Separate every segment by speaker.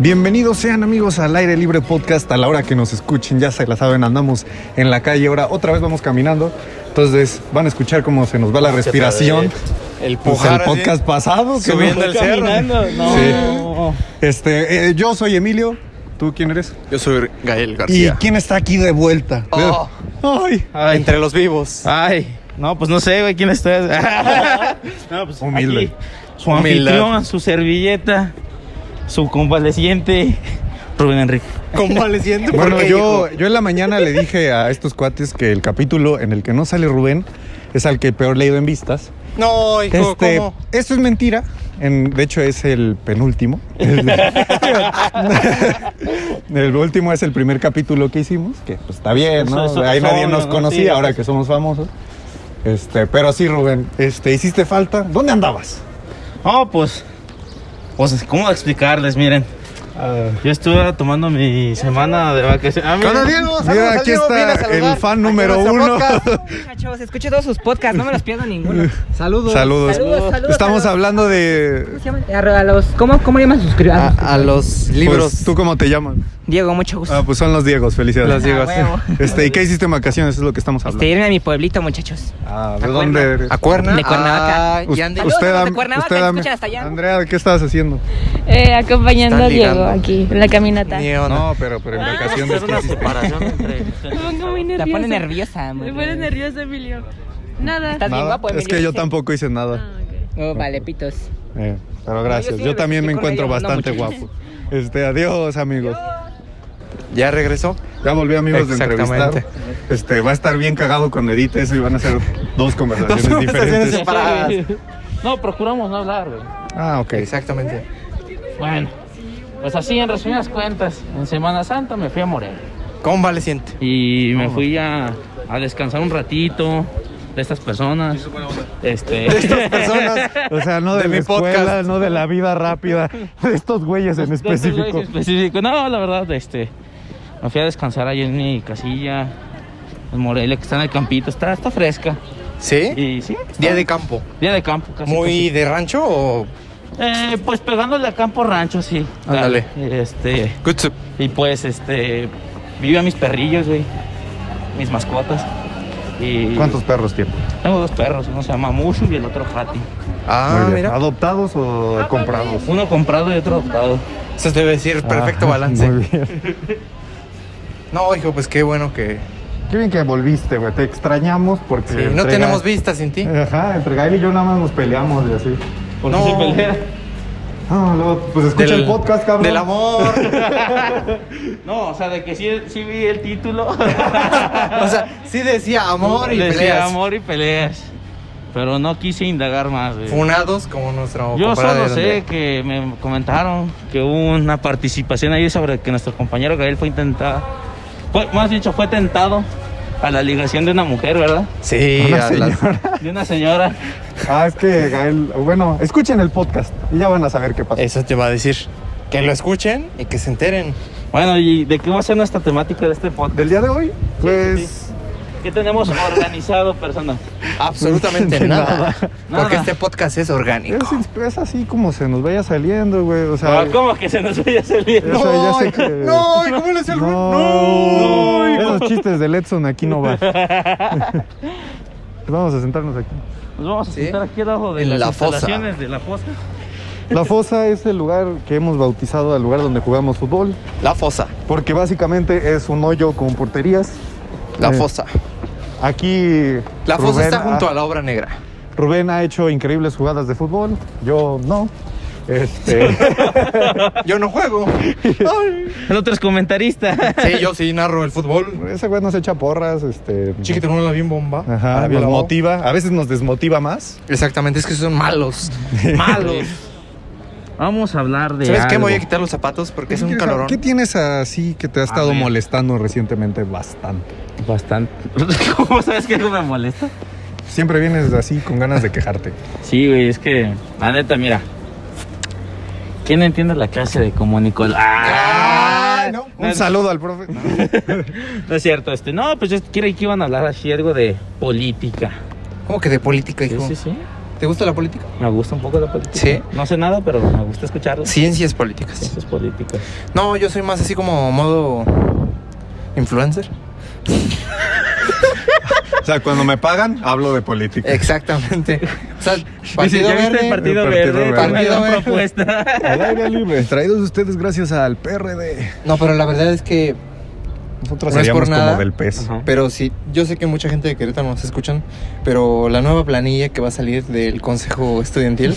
Speaker 1: Bienvenidos sean amigos al Aire Libre Podcast, a la hora que nos escuchen, ya se la saben, andamos en la calle, ahora otra vez vamos caminando, entonces van a escuchar cómo se nos va la respiración.
Speaker 2: El
Speaker 1: Pues
Speaker 2: pujar
Speaker 1: el
Speaker 2: así,
Speaker 1: podcast pasado, que
Speaker 2: subiendo
Speaker 1: no-
Speaker 2: el cerro.
Speaker 1: Sí. Este, eh, yo soy Emilio, ¿tú quién eres?
Speaker 2: Yo soy Gael
Speaker 1: ¿Y
Speaker 2: García.
Speaker 1: quién está aquí de vuelta?
Speaker 2: Oh.
Speaker 1: Ay,
Speaker 3: Ay, Ah.
Speaker 2: Entre los vivos.
Speaker 3: ay, no, pues no sé, güey, quién es usted? no, pues
Speaker 1: Humilde.
Speaker 3: aquí, su
Speaker 2: Humildad.
Speaker 3: anfitrión, su servilleta, su convaleciente, Rubén Enrique.
Speaker 2: Convaleciente. ¿por
Speaker 1: Bueno,
Speaker 2: qué,
Speaker 1: yo,
Speaker 2: hijo?
Speaker 1: yo en la mañana le dije a estos cuates que el capítulo en el que no sale Rubén es al que peor leído en vistas.
Speaker 2: No, hijo,
Speaker 1: Este,
Speaker 2: ¿cómo?
Speaker 1: esto es mentira. En- de hecho, es el penúltimo. el último es el primer capítulo que hicimos, que pues, está bien,
Speaker 3: Eso-
Speaker 1: ¿no?
Speaker 3: eso-
Speaker 1: Ahí nadie
Speaker 3: no,
Speaker 1: nos
Speaker 3: no,
Speaker 1: conocía,
Speaker 3: sí,
Speaker 1: ahora
Speaker 3: eso-
Speaker 1: que somos famosos. Este, pero sí, Rubén, este, hiciste falta. ¿Dónde andabas?
Speaker 3: Oh, pues, pues, ¿cómo explicarles? Miren,
Speaker 1: Ah.
Speaker 3: yo estuve tomando mi semana de vacaciones. Ah,
Speaker 2: ¿Qué onda,
Speaker 3: miren.
Speaker 2: Diego? Saludos
Speaker 1: Mira,
Speaker 2: al
Speaker 1: aquí
Speaker 2: Diego, viene a
Speaker 1: está
Speaker 2: saludar
Speaker 1: el fan
Speaker 2: aquí a
Speaker 1: número
Speaker 2: nuestro
Speaker 1: uno.
Speaker 2: podcast.
Speaker 4: Chavos, escucho todos sus podcasts, no me los pierdo ninguno. Saludos.
Speaker 1: Saludos.
Speaker 4: Saludos, saludos,
Speaker 1: Estamos
Speaker 4: saludos.
Speaker 1: hablando de.
Speaker 4: ¿Cómo se llaman? A los, ¿Cómo, cómo llaman sus cri- a sus
Speaker 2: A, a los libros.
Speaker 1: Pues, ¿Tú cómo te llaman?
Speaker 4: Diego, mucho gusto.
Speaker 1: Ah, pues son los Diegos, felicidades.
Speaker 2: Los Diegos.
Speaker 4: Ah, huevo.
Speaker 1: Este, ¿y qué hiciste en vacaciones? Es lo que estamos hablando.
Speaker 4: Este, irme a mi pueblito, muchachos.
Speaker 1: Ah, ¿de
Speaker 4: ¿A
Speaker 1: dónde
Speaker 4: Cuerna?
Speaker 1: eres?
Speaker 2: ¿A Cuerna?
Speaker 4: De Cuernavaca.
Speaker 2: Ah, y
Speaker 1: Us-
Speaker 2: ande-
Speaker 4: Saludos a los de
Speaker 1: am-
Speaker 4: Cuernavaca,
Speaker 1: usted
Speaker 4: que
Speaker 1: am-
Speaker 4: escuchan hasta allá.
Speaker 1: Andrea, ¿qué estabas haciendo?
Speaker 5: Eh, acompañando
Speaker 2: Están
Speaker 5: a Diego
Speaker 2: ligando.
Speaker 5: aquí en la caminata.
Speaker 2: Ni onda.
Speaker 1: No, pero, pero en
Speaker 4: Ah,
Speaker 1: vacaciones. ¿qué hiciste?
Speaker 5: Me pongo muy
Speaker 4: La
Speaker 5: nerviosa.
Speaker 4: pone nerviosa,
Speaker 5: Me
Speaker 4: muy
Speaker 5: pone
Speaker 4: bien.
Speaker 5: nerviosa, Emilio. Nada.
Speaker 4: Estás bien
Speaker 1: Nada.
Speaker 4: guapo,
Speaker 1: es
Speaker 4: Emilio,
Speaker 1: que yo
Speaker 4: sí.
Speaker 1: tampoco hice nada.
Speaker 5: Ah, ok.
Speaker 4: Oh, vale, pitos.
Speaker 1: Eh, pero gracias.
Speaker 4: sí
Speaker 1: yo
Speaker 4: me
Speaker 1: también me
Speaker 4: vestí con
Speaker 1: encuentro
Speaker 4: ella, no
Speaker 1: bastante
Speaker 4: mucho.
Speaker 1: guapo. Este, adiós, amigos.
Speaker 2: ¿Ya regresó?
Speaker 1: Ya volví, amigos, de entrevistar.
Speaker 2: Exactamente.
Speaker 1: Este, va a estar bien cagado cuando edite eso y van a ser dos conversaciones
Speaker 2: Dos conversaciones
Speaker 1: diferentes.
Speaker 2: separadas.
Speaker 3: No, procuramos no hablar, güey.
Speaker 1: Ah, ok.
Speaker 2: Exactamente.
Speaker 3: Bueno, pues así, en resumidas cuentas, en Semana Santa me fui a Morelia.
Speaker 2: Convaleciente.
Speaker 3: y me fui a, a descansar un ratito de estas personas. Este,
Speaker 2: Estas personas.
Speaker 1: O sea, no de,
Speaker 2: De
Speaker 1: mi
Speaker 2: mi
Speaker 1: escuela,
Speaker 2: podcast.
Speaker 1: no de la vida rápida, de estos güeyes en
Speaker 3: de estos güeyes
Speaker 1: específico.
Speaker 3: específico. No, la verdad, este, me fui a descansar ahí en mi casilla. En Morelia, que está en el campito, está, está fresca.
Speaker 2: ¿Sí?
Speaker 3: Y sí, está-
Speaker 2: Día de campo.
Speaker 3: día de campo, casi.
Speaker 2: ¿Muy de rancho o...?
Speaker 3: casi. Eh, pues pegándole a campo rancho, sí.
Speaker 2: Ándale.
Speaker 3: Este,
Speaker 2: Good
Speaker 3: y pues, este, viví a mis perrillos, güey. Mis mascotas. Y
Speaker 1: ¿Cuántos perros tiene?
Speaker 3: Tengo dos perros, uno se llama Mushu y el otro Hati.
Speaker 2: Ah,
Speaker 1: Muy bien.
Speaker 2: mira.
Speaker 1: ¿Adoptados
Speaker 4: Ah,
Speaker 1: o comprados?
Speaker 3: Uno comprado y otro adoptado.
Speaker 2: Eso debe decir perfecto
Speaker 1: Ah,
Speaker 2: balance.
Speaker 1: Muy bien.
Speaker 2: No, hijo, pues qué bueno que...
Speaker 1: Qué bien que volviste, güey. Te extrañamos porque.
Speaker 2: Sí, no
Speaker 1: entre
Speaker 2: tenemos
Speaker 1: Gael-
Speaker 2: vista sin ti.
Speaker 1: Ajá, entre Gael y yo nada más nos peleamos y así.
Speaker 3: ¿Por
Speaker 2: No.
Speaker 3: qué se pelea?
Speaker 1: Ah, luego, pues escucha el podcast, cabrón.
Speaker 2: Del amor.
Speaker 3: No, o sea, de que sí, sí vi el título.
Speaker 2: o sea, sí decía amor y
Speaker 3: Decía
Speaker 2: peleas.
Speaker 3: amor y peleas. Pero no quise indagar más. güey.
Speaker 2: Funados como nuestro
Speaker 3: Yo
Speaker 2: compadre
Speaker 3: solo
Speaker 2: de
Speaker 3: sé que me comentaron que hubo una participación ahí sobre que nuestro compañero Gael fue intentado. Fue, más dicho, fue tentado a la ligación de una mujer, ¿verdad?
Speaker 2: Sí,
Speaker 1: Una
Speaker 2: a las-
Speaker 1: señora.
Speaker 3: De una señora.
Speaker 1: Ah, es que Gael. Bueno, escuchen el podcast y ya van a saber qué pasa.
Speaker 2: eso te va a decir. Que lo escuchen y que se enteren.
Speaker 3: Bueno, ¿y de qué va a ser nuestra temática de este podcast?
Speaker 1: Del día de hoy, pues.
Speaker 3: sí. ¿Qué tenemos organizado, personas?
Speaker 2: Absolutamente nada. Porque
Speaker 3: Nada.
Speaker 2: este podcast es orgánico.
Speaker 1: Es, es así como se nos vaya saliendo, güey. O sea.
Speaker 3: Ah, ¿Cómo que se nos vaya saliendo?
Speaker 1: o sea, ya sé que-
Speaker 2: no, ¿y ¿cómo le hace el
Speaker 1: No,
Speaker 2: No, hijo.
Speaker 1: esos chistes de Letson aquí no van. Vamos a sentarnos aquí.
Speaker 3: Nos vamos a
Speaker 2: Sí.
Speaker 3: sentar aquí abajo de
Speaker 2: En
Speaker 3: las
Speaker 2: la fosa.
Speaker 3: instalaciones de la fosa.
Speaker 1: La fosa es el lugar que hemos bautizado al lugar donde jugamos fútbol,
Speaker 2: La fosa.
Speaker 1: porque básicamente es un hoyo con porterías.
Speaker 2: La
Speaker 1: Eh,
Speaker 2: fosa.
Speaker 1: Aquí
Speaker 2: La fosa
Speaker 1: Rubén
Speaker 2: está
Speaker 1: ha-
Speaker 2: junto a la obra negra.
Speaker 1: Rubén ha hecho increíbles jugadas de fútbol, yo no. Este,
Speaker 2: Yo no juego. Ay.
Speaker 3: El otro es comentarista.
Speaker 2: Sí, yo sí narro el fútbol.
Speaker 1: ese güey nos echa porras, este,
Speaker 2: Chiquito, no la bien bomba.
Speaker 1: ajá,
Speaker 2: Ahora
Speaker 1: nos
Speaker 2: la bomba.
Speaker 1: motiva, a veces nos desmotiva más.
Speaker 2: Exactamente, es que son malos. Malos.
Speaker 3: Vamos a hablar de.
Speaker 2: ¿Sabes qué? Me voy a
Speaker 3: algo.
Speaker 2: quitar los zapatos porque es un
Speaker 1: ¿Qué-
Speaker 2: calorón. Ah,
Speaker 1: ¿Qué tienes así que te ha estado
Speaker 3: ver.
Speaker 1: molestando recientemente bastante?
Speaker 3: Bastante. ¿Cómo sabes que algo me molesta?
Speaker 1: Siempre vienes así con ganas de quejarte.
Speaker 3: Sí, güey, es que. La neta, mira. ¿Quién entiende la clase de como Nicolás?
Speaker 2: Ah, no.
Speaker 1: Un saludo al profe.
Speaker 3: No es cierto, este. No, pues yo creí que iban a hablar así algo de política.
Speaker 2: ¿Cómo que de política,
Speaker 3: Sí,
Speaker 2: hijo?
Speaker 3: sí, sí.
Speaker 2: ¿Te gusta la política?
Speaker 3: Me gusta un poco la política.
Speaker 2: Sí.
Speaker 3: No sé nada, pero me gusta escucharlo.
Speaker 2: Ciencias políticas.
Speaker 3: Ciencias políticas.
Speaker 2: No, yo soy más así como modo influencer.
Speaker 1: O sea, cuando me pagan, hablo de política.
Speaker 2: Exactamente. O sea,
Speaker 3: Dice,
Speaker 2: partido
Speaker 3: ¿ya viste el
Speaker 2: verde.
Speaker 3: partido,
Speaker 1: El partido
Speaker 3: verde?
Speaker 1: verde.
Speaker 3: Tengo
Speaker 2: Partido
Speaker 3: una
Speaker 2: verde.
Speaker 3: propuesta.
Speaker 1: Al aire libre. Traídos ustedes gracias al PRD.
Speaker 2: No, pero la verdad es que
Speaker 1: Nosotros
Speaker 2: No es por
Speaker 1: seríamos como
Speaker 2: nada.
Speaker 1: del pez.
Speaker 3: Ajá.
Speaker 2: Pero sí, yo sé que mucha gente de Querétaro nos escuchan, pero la nueva planilla que va a salir del Consejo Estudiantil,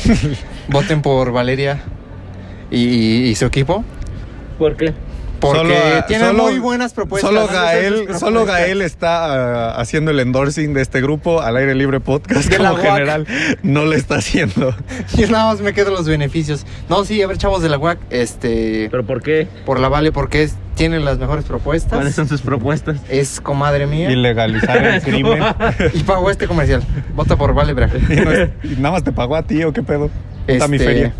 Speaker 2: voten por Valeria y, y su equipo,
Speaker 3: ¿Por qué?
Speaker 2: porque
Speaker 1: Solo-
Speaker 2: tiene
Speaker 1: solo-
Speaker 2: muy buenas propuestas.
Speaker 1: Solo
Speaker 2: Muy
Speaker 1: Gael,
Speaker 2: buenas
Speaker 1: solo
Speaker 2: propuestas.
Speaker 1: Gael está ah, haciendo el endorsing de este grupo al aire libre podcast.
Speaker 2: De la
Speaker 1: como
Speaker 2: UAC.
Speaker 1: general no le está haciendo.
Speaker 2: Yo nada más me quedo los beneficios. No, sí, a ver, chavos de la UAC, este,
Speaker 3: ¿Pero por qué?
Speaker 2: por la Vale, porque es- tiene las mejores
Speaker 3: ¿Cuáles
Speaker 2: propuestas.
Speaker 3: son sus propuestas?
Speaker 2: Es comadre mía.
Speaker 1: Y
Speaker 2: Y,
Speaker 1: legalizar el crimen.
Speaker 2: pago este comercial. Vota por Vale, Braga.
Speaker 1: Y no es- y nada más te pagó a ti o qué pedo. Está mi
Speaker 2: Este,
Speaker 1: feria.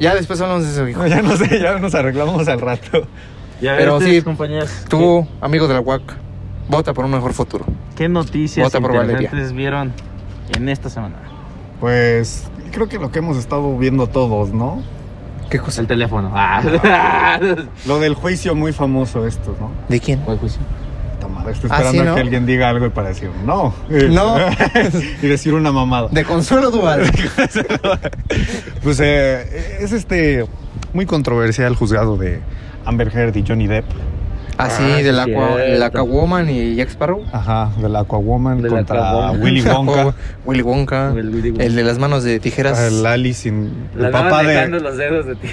Speaker 2: Ya después hablamos de eso, hijo.
Speaker 1: No, ya no sé, ya nos arreglamos al rato.
Speaker 3: Ya
Speaker 2: Pero
Speaker 3: ves,
Speaker 2: sí,
Speaker 3: compañeras,
Speaker 2: Tú, amigo de la UAC, vota por un mejor futuro.
Speaker 3: ¿qué, qué noticias
Speaker 2: Vota por Valeria.
Speaker 3: interesantes vieron en esta semana?
Speaker 1: Pues creo que lo que hemos estado viendo todos, ¿no?
Speaker 2: ¿Qué cosa?
Speaker 3: El teléfono. Ah.
Speaker 1: Lo del juicio muy famoso esto, ¿no?
Speaker 2: ¿De quién?
Speaker 3: ¿Cuál juicio?
Speaker 1: Puta madre, estoy
Speaker 2: Ah,
Speaker 1: esperando
Speaker 2: ¿sí,
Speaker 1: a
Speaker 2: no?
Speaker 1: que alguien diga algo y para decir no.
Speaker 2: No.
Speaker 1: y decir una mamada.
Speaker 2: De Consuelo Duval.
Speaker 1: Pues eh, es este muy controversial juzgado de Amber Heard y Johnny Depp.
Speaker 2: Así,
Speaker 3: Ah, sí,
Speaker 2: de la,
Speaker 3: cierto.
Speaker 2: Aqua- la Aquawoman y Jack Sparrow.
Speaker 1: Ajá, del Aquawoman
Speaker 3: Del
Speaker 1: contra
Speaker 3: Aquawoman.
Speaker 1: Willy Wonka.
Speaker 2: Willy Wonka.
Speaker 3: El Willy Wonka.
Speaker 2: El de las manos de tijeras.
Speaker 1: El Ali sin-
Speaker 3: La
Speaker 1: el papá
Speaker 3: dejando
Speaker 1: de
Speaker 3: los dedos de ti.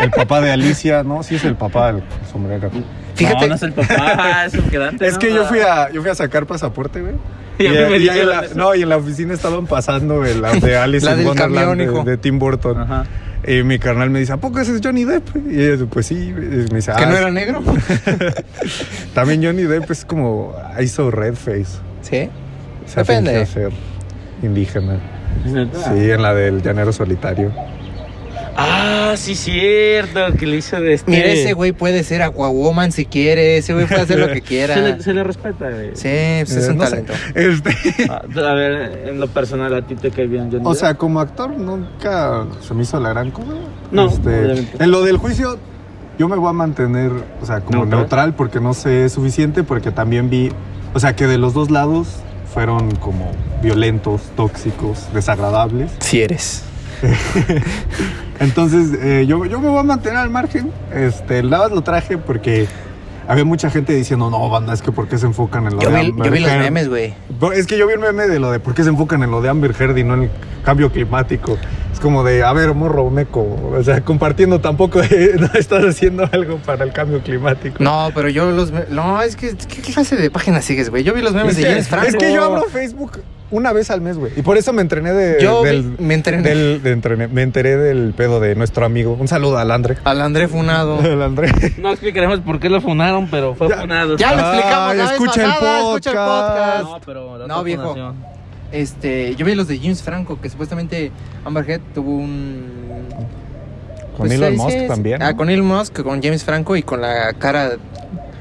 Speaker 1: el papá de Alicia, no, sí es el papá del sombrero.
Speaker 2: Fíjate.
Speaker 3: No, no es el papá, es un quedante.
Speaker 1: Es
Speaker 3: ¿no?
Speaker 1: que yo fui a yo fui a sacar pasaporte, güey.
Speaker 3: Y a mí me
Speaker 1: eh, ahí
Speaker 3: dijeron
Speaker 1: la-
Speaker 3: eso.
Speaker 1: no, y en la oficina estaban pasando el- la de Alice
Speaker 2: La
Speaker 1: in
Speaker 2: del
Speaker 1: Wonderland
Speaker 2: camión,
Speaker 1: de-
Speaker 2: hijo.
Speaker 1: de, Tim Burton.
Speaker 3: Ajá.
Speaker 1: Y mi carnal me dice, ¿a poco ese es Johnny Depp? Y yo, pues sí, y me dice,
Speaker 2: ¿Que
Speaker 1: "Ah,
Speaker 2: no era negro?
Speaker 1: También Johnny Depp es como ah, hizo red face.
Speaker 2: sí.
Speaker 1: Se
Speaker 2: Depende. Ah.
Speaker 1: fingió ser indígena.
Speaker 3: ¿Es neta?
Speaker 1: Sí, en la del llanero solitario.
Speaker 3: Ah, sí, cierto, que le hizo de este.
Speaker 2: Mira, ese güey puede ser Aquawoman si quiere. Ese güey puede hacer lo que quiera.
Speaker 3: Se le, se le respeta, güey.
Speaker 2: Sí, pues es
Speaker 1: Eh,
Speaker 2: un
Speaker 1: no sé.
Speaker 2: talento.
Speaker 1: Este,
Speaker 3: Ah, a ver, en lo personal, a ti te cae bien, Johnny
Speaker 1: o sea,
Speaker 3: Depp?
Speaker 1: como actor nunca se me hizo la gran cosa.
Speaker 3: No, obviamente.
Speaker 1: Este, en lo del juicio, yo me voy a mantener, o sea, como
Speaker 3: Neutral.
Speaker 1: neutral. porque no sé suficiente, porque también vi, o sea, que de los dos lados fueron como violentos, tóxicos, desagradables.
Speaker 2: Si eres.
Speaker 1: Entonces, eh, yo, yo me voy a mantener al margen. Este, nada más lo traje porque había mucha gente diciendo, no, banda, es que ¿por qué se enfocan en lo
Speaker 2: Yo
Speaker 1: de
Speaker 2: vi,
Speaker 1: Amber
Speaker 2: yo vi los
Speaker 1: Heard?"
Speaker 2: memes, güey.
Speaker 1: Pero Es que yo vi un meme de lo de por qué se enfocan en lo de Amber Heard y no en el cambio climático. Es como de, a ver, morro, meco, o sea, compartiendo tampoco eh, no estás haciendo algo para el cambio climático.
Speaker 2: No, pero yo los. me- No, es que. ¿Qué clase de página sigues, güey? Yo vi los memes
Speaker 1: es,
Speaker 2: de
Speaker 1: que,
Speaker 2: James Franco.
Speaker 1: es que yo abro Facebook una vez al mes, güey. Y por eso me entrené de,
Speaker 2: Yo vi-
Speaker 1: del...
Speaker 2: me entrené.
Speaker 1: del- de entrené- me enteré del pedo de nuestro amigo. Un saludo al André.
Speaker 2: Al André Funado.
Speaker 1: Al André.
Speaker 3: No explicaremos por qué lo funaron, pero fue
Speaker 1: Ya-
Speaker 3: funado.
Speaker 2: Ya lo
Speaker 1: Ah,
Speaker 2: explicamos, la vez
Speaker 1: escucha el
Speaker 2: pasada, escucha el
Speaker 1: podcast.
Speaker 2: podcast.
Speaker 3: No, pero la
Speaker 2: No,
Speaker 3: otra
Speaker 2: viejo.
Speaker 3: fundación.
Speaker 2: Este, yo vi los de James Franco, que supuestamente Amber Heard tuvo un...
Speaker 1: Con
Speaker 2: pues,
Speaker 1: Elon
Speaker 2: sí,
Speaker 1: Musk
Speaker 2: sí, sí.
Speaker 1: también.
Speaker 2: Ah,
Speaker 1: ¿no?
Speaker 2: con Elon Musk, con James Franco y con la cara...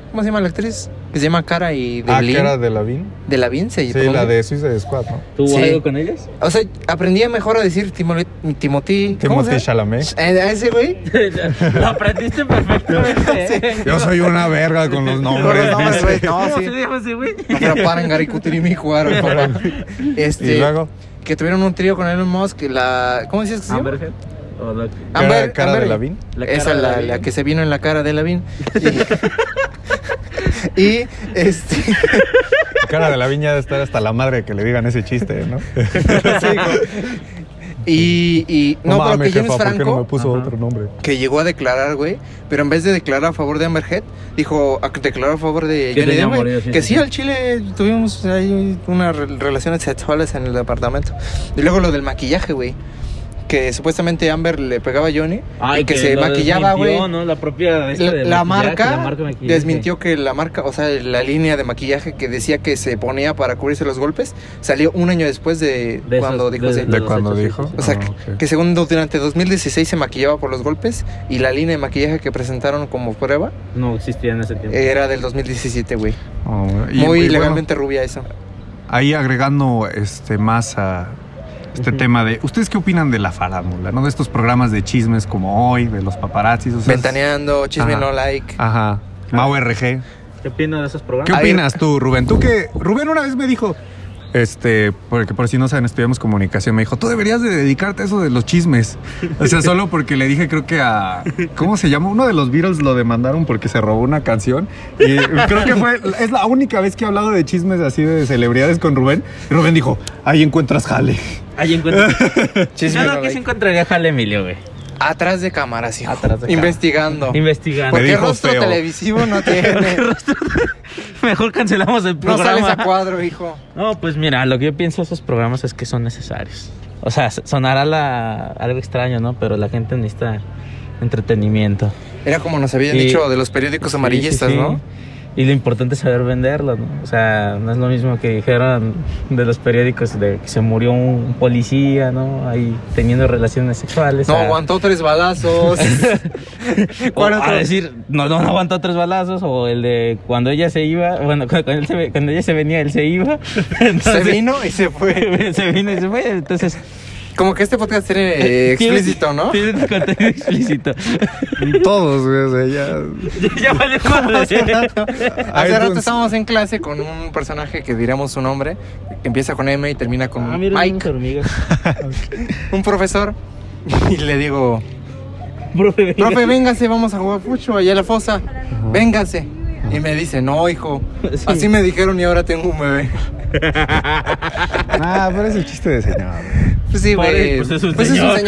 Speaker 2: ¿Cómo se llama la actriz? Que se llama Cara y de
Speaker 1: Ah,
Speaker 2: Lin-
Speaker 1: que era de Lavín.
Speaker 2: de la Vince.
Speaker 1: Sí, la de Suicide Squad, ¿no?
Speaker 3: ¿Tuvo
Speaker 2: Sí.
Speaker 3: algo con ellas?
Speaker 2: O sea, aprendí mejor a decir Timole- Timothy... ¿cómo
Speaker 1: Timothy
Speaker 2: se llama?
Speaker 1: Chalamet.
Speaker 2: Eh, ¿A ese güey?
Speaker 3: lo aprendiste perfectamente. ¿eh?
Speaker 1: Yo soy una verga con los
Speaker 2: Con los nombres,
Speaker 1: dice.
Speaker 2: güey, No,
Speaker 3: ¿Cómo
Speaker 2: sí.
Speaker 3: se llama ese güey?
Speaker 2: No, pero paran, Gary Kutirimi jugaron, papá. Este,
Speaker 1: Y luego,
Speaker 2: que tuvieron un trío con Elon Musk, la... ¿Cómo decías que se llama?
Speaker 3: Amber Heard. O la-
Speaker 1: cara,
Speaker 2: Amber-
Speaker 1: cara de
Speaker 2: Amber-
Speaker 1: Lavín.
Speaker 3: La
Speaker 2: Esa
Speaker 3: cara de
Speaker 2: la,
Speaker 3: Lavín.
Speaker 2: la que se vino en la cara de Lavín. Y, y, este
Speaker 1: Cara de Lavín ya de estar hasta la madre que le digan ese chiste, ¿no?
Speaker 2: y, y no, pero
Speaker 1: mames,
Speaker 2: que James
Speaker 1: jefa, ¿por qué
Speaker 2: Franco
Speaker 1: no me puso
Speaker 3: Ajá.
Speaker 1: otro nombre?
Speaker 2: que llegó a declarar, güey, pero en vez de declarar a favor de Amber Heard, dijo a, declaró a favor de
Speaker 3: Que
Speaker 2: Johnny
Speaker 3: tenía
Speaker 2: Depp, güey,
Speaker 3: amoríos, sí,
Speaker 2: que
Speaker 3: sí.
Speaker 2: sí al Chile tuvimos ahí unas re- relaciones sexuales en el departamento. Y luego lo del maquillaje, güey, que supuestamente Amber le pegaba a Johnny
Speaker 3: Ay,
Speaker 2: y que, se
Speaker 3: lo
Speaker 2: maquillaba, güey.
Speaker 3: desmintió, ¿no? La propia. esta
Speaker 2: La,
Speaker 3: de
Speaker 2: la
Speaker 3: maquillaje,
Speaker 2: marca
Speaker 3: la marca de maquillaje.
Speaker 2: desmintió que la marca, o sea, la línea de maquillaje que decía que se ponía para cubrirse los golpes, salió un año después de,
Speaker 3: De esos-
Speaker 2: cuando dijo
Speaker 3: de-
Speaker 2: ese-
Speaker 3: de-
Speaker 1: ¿De
Speaker 3: los
Speaker 1: cuando
Speaker 3: hechos, sí,
Speaker 1: dijo?
Speaker 3: sí, sí.
Speaker 2: O sea,
Speaker 1: Ah,
Speaker 2: que-
Speaker 1: ok.
Speaker 2: que según durante 2016 se maquillaba por los golpes y la línea de maquillaje que presentaron como prueba Eh,
Speaker 3: No existía en ese tiempo.
Speaker 2: era del 2017, güey.
Speaker 1: Ah, bueno. Y-
Speaker 2: Muy
Speaker 1: y bueno,
Speaker 2: legalmente rubia eso.
Speaker 1: ahí agregando este, más a este tema de. ¿Ustedes qué opinan de la farándula? ¿No? De estos programas de chismes como hoy, de los paparazzis. o sea, es-
Speaker 2: Ventaneando, chisme
Speaker 1: Ajá.
Speaker 2: no
Speaker 3: Ah.
Speaker 2: like.
Speaker 1: Ajá. Mau RG.
Speaker 3: ¿Qué opinas de esos programas?
Speaker 1: ¿Qué
Speaker 2: Ahí-
Speaker 1: opinas tú, Rubén? Tú que Rubén una vez me dijo, este, porque por si no saben, estudiamos comunicación, me dijo, tú deberías de dedicarte a eso de los chismes. O sea, solo porque le dije, creo que a, ¿cómo se llama? Uno de los Beatles lo demandaron porque se robó una canción. Y creo que fue, es la única vez que he hablado de chismes así de celebridades con Rubén. Y Rubén dijo, ahí encuentras jale.
Speaker 3: Ahí encuentro.
Speaker 2: Chisme
Speaker 3: no,
Speaker 2: no
Speaker 3: no, que
Speaker 2: like.
Speaker 3: se encontraría Jale Emilio, güey.
Speaker 2: Atrás de cámaras, hijo.
Speaker 3: Atrás de cámaras.
Speaker 2: Investigando.
Speaker 3: Investigando.
Speaker 1: Pues- Me
Speaker 2: Porque
Speaker 1: dijo
Speaker 2: rostro
Speaker 1: feo.
Speaker 2: televisivo no tiene.
Speaker 3: Mejor cancelamos el
Speaker 2: no
Speaker 3: programa.
Speaker 2: sales a cuadro, hijo.
Speaker 3: No, pues mira, lo que yo pienso de esos programas es que son necesarios. O sea, s- sonará la, algo extraño, ¿no? Pero la gente necesita entretenimiento.
Speaker 2: Era como nos habían
Speaker 3: Sí.
Speaker 2: dicho de los periódicos
Speaker 3: Sí,
Speaker 2: amarillistas,
Speaker 3: sí, sí.
Speaker 2: ¿no?
Speaker 3: Y lo importante es saber venderlo, ¿no? O sea, no es lo mismo que dijeron de los periódicos de que se murió un policía, ¿no? Ahí teniendo relaciones sexuales.
Speaker 2: No
Speaker 3: a-
Speaker 2: aguantó tres balazos.
Speaker 3: O
Speaker 2: ¿Cuál
Speaker 3: a
Speaker 2: otro?
Speaker 3: decir, no, no, no aguantó tres balazos, o el de cuando ella se iba, bueno, cu- cuando, él se ve- cuando ella se venía, él se iba.
Speaker 2: Se
Speaker 3: Entonces,
Speaker 2: vino y se fue.
Speaker 3: se vino y se fue, entonces...
Speaker 2: Como que este podcast tiene eh,
Speaker 3: tiene-
Speaker 2: explícito, ¿no?
Speaker 3: Tiene contenido explícito.
Speaker 1: Todos, güey, o sea,
Speaker 3: ya vale madre.
Speaker 1: ya.
Speaker 2: Hace rato
Speaker 1: iTunes.
Speaker 2: estábamos en clase con un personaje que diríamos su nombre, que empieza con M y termina con
Speaker 3: Ah, mira, unas
Speaker 2: Mike,
Speaker 3: hormigas.
Speaker 2: un profesor. Y le digo,
Speaker 3: Profe, venga.
Speaker 2: profe, véngase, vamos a jugar pucho allá a la fosa. Véngase. Y me dice, no, hijo,
Speaker 3: Sí.
Speaker 2: así me dijeron y ahora tengo un bebé.
Speaker 1: Ah, pero es el chiste de señor.
Speaker 2: Pues sí,
Speaker 3: Pare,
Speaker 2: güey.
Speaker 3: pues es un
Speaker 2: Pues
Speaker 3: señor.
Speaker 1: Que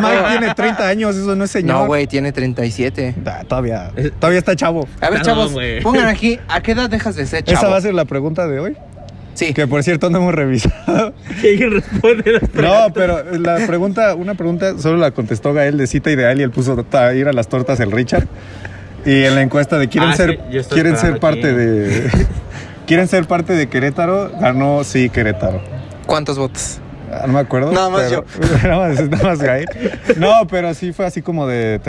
Speaker 1: no, Mike tiene 30 años, eso no es señor.
Speaker 2: No, güey, tiene 37.
Speaker 1: Ah, todavía, todavía está chavo.
Speaker 2: A ver,
Speaker 3: No,
Speaker 2: chavos,
Speaker 3: güey.
Speaker 2: pongan aquí, ¿a qué edad dejas de ser chavo?
Speaker 1: Esa va a ser la pregunta de hoy.
Speaker 2: Sí.
Speaker 1: Que por cierto no hemos revisado.
Speaker 3: Que alguien responde las
Speaker 1: No,
Speaker 3: preguntas.
Speaker 1: pero la pregunta, una pregunta solo la contestó Gael de cita ideal y él puso a ir a las tortas el Richard. Y en la encuesta de quieren
Speaker 3: Ah,
Speaker 1: ser,
Speaker 3: sí, yo estoy
Speaker 1: quieren ser
Speaker 3: esperando
Speaker 1: parte
Speaker 3: aquí.
Speaker 1: de, quieren ser parte de Querétaro, ganó sí Querétaro.
Speaker 2: ¿Cuántos votos?
Speaker 1: Ah, No me acuerdo.
Speaker 2: Nada más
Speaker 1: pero- nada más, nada más Gael. No, pero sí fue así como de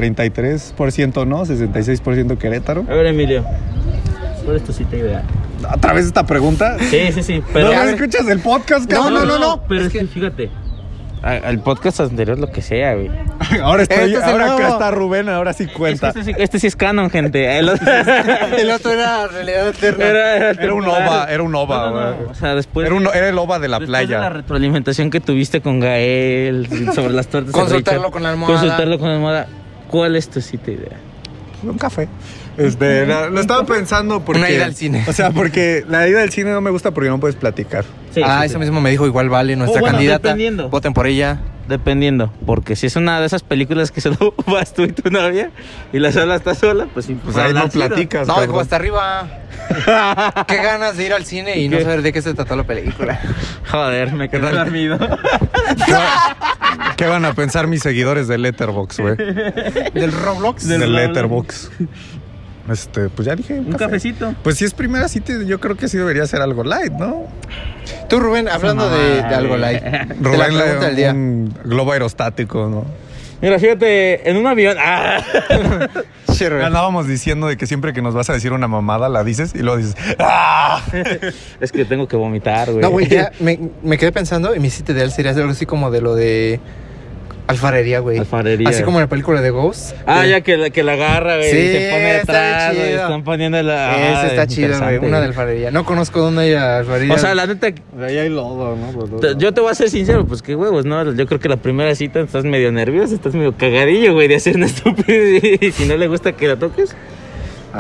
Speaker 1: 33% no, 66% Querétaro.
Speaker 3: A ver, Emilio. ¿Cuál es tu cita ideal?
Speaker 1: A través de esta pregunta.
Speaker 3: Sí, sí, sí.
Speaker 1: Pero,
Speaker 3: Pero.
Speaker 1: ¿No escuchas el podcast,
Speaker 2: No,
Speaker 1: cabrón?
Speaker 2: no, no, no.
Speaker 3: Pero
Speaker 2: Es
Speaker 3: es que,
Speaker 2: que-
Speaker 3: fíjate. Al podcast anterior, lo que sea, güey.
Speaker 1: Ahora estoy,
Speaker 2: Este es el
Speaker 1: ahora acá
Speaker 2: nuevo.
Speaker 1: está Rubén, ahora sí
Speaker 3: Es que
Speaker 1: cuenta.
Speaker 3: Este, sí, este sí es canon, gente. El otro-
Speaker 2: El otro era realidad eterna.
Speaker 1: Era un ova, era un ova,
Speaker 3: No, no, no.
Speaker 1: güey.
Speaker 3: O sea, después.
Speaker 1: Era, un- era el ova de la
Speaker 3: después de la
Speaker 1: playa.
Speaker 3: retroalimentación que tuviste con Gael sobre las tortas. de
Speaker 2: Consultarlo
Speaker 3: Richard,
Speaker 2: con la almohada.
Speaker 3: Consultarlo con la almohada. ¿Cuál es tu cita ideal?
Speaker 1: Un café. Este, la- lo estaba pensando porque.
Speaker 2: Una ida al cine.
Speaker 1: O sea, porque la ida al cine no me gusta porque no puedes platicar.
Speaker 3: Sí,
Speaker 2: ah,
Speaker 3: sí,
Speaker 2: eso
Speaker 3: sí.
Speaker 2: mismo me dijo igual vale nuestra
Speaker 3: O bueno,
Speaker 2: candidata.
Speaker 3: dependiendo.
Speaker 2: Voten por ella.
Speaker 3: Dependiendo, porque si es una de esas películas que solo vas tú y tu novia y la sala está sola, pues sí,
Speaker 1: Pues ahí
Speaker 3: habla
Speaker 1: no
Speaker 3: chido.
Speaker 1: platicas.
Speaker 2: No,
Speaker 1: cabrón.
Speaker 2: hijo, hasta arriba. Qué ganas de ir al cine y no
Speaker 3: ¿Qué?
Speaker 2: saber de qué se trató la película.
Speaker 3: Joder, me quedé dormido.
Speaker 1: ¿Qué, va- qué van a pensar mis seguidores de Letterbox, güey?
Speaker 2: Del Roblox.
Speaker 1: De
Speaker 3: Del
Speaker 1: Letterbox. Este, pues ya dije.
Speaker 3: Un cafecito.
Speaker 1: Pues si es primera cita, yo creo que sí debería ser algo light, ¿no?
Speaker 2: Tú, Rubén, hablando de, de algo light. De la
Speaker 1: Rubén
Speaker 2: pregunta
Speaker 1: le
Speaker 2: del día.
Speaker 1: un globo aerostático, ¿no?
Speaker 3: Mira, fíjate, en un avión. ¡Ah!
Speaker 2: Sí, Rubén.
Speaker 1: Andábamos diciendo de que siempre que nos vas a decir una mamada la dices y luego dices ¡Ah!
Speaker 3: es que tengo que vomitar, güey.
Speaker 2: No, güey, ya me, me quedé pensando y mi cita ideal sería algo así como de lo de alfarería, güey.
Speaker 3: Alfarería.
Speaker 2: Así como en la película de Ghost.
Speaker 3: Ah,
Speaker 2: Eh,
Speaker 3: ya que la, que la agarra, güey.
Speaker 2: Sí,
Speaker 3: y se pone
Speaker 2: está
Speaker 3: atrás, güey,
Speaker 2: chido.
Speaker 3: Están poniendo la.
Speaker 2: Ese
Speaker 3: Ah,
Speaker 2: está chido, güey.
Speaker 3: interesante,
Speaker 2: Una de alfarería. No conozco dónde hay alfarería.
Speaker 3: O sea, la neta, te-
Speaker 1: Ahí hay lodo, ¿no?
Speaker 3: yo te voy a ser sincero, pues qué huevos, ¿no? Yo creo que la primera cita estás medio nervioso, estás medio cagadillo, güey, de hacer una estupidez. Y si no le gusta que la toques.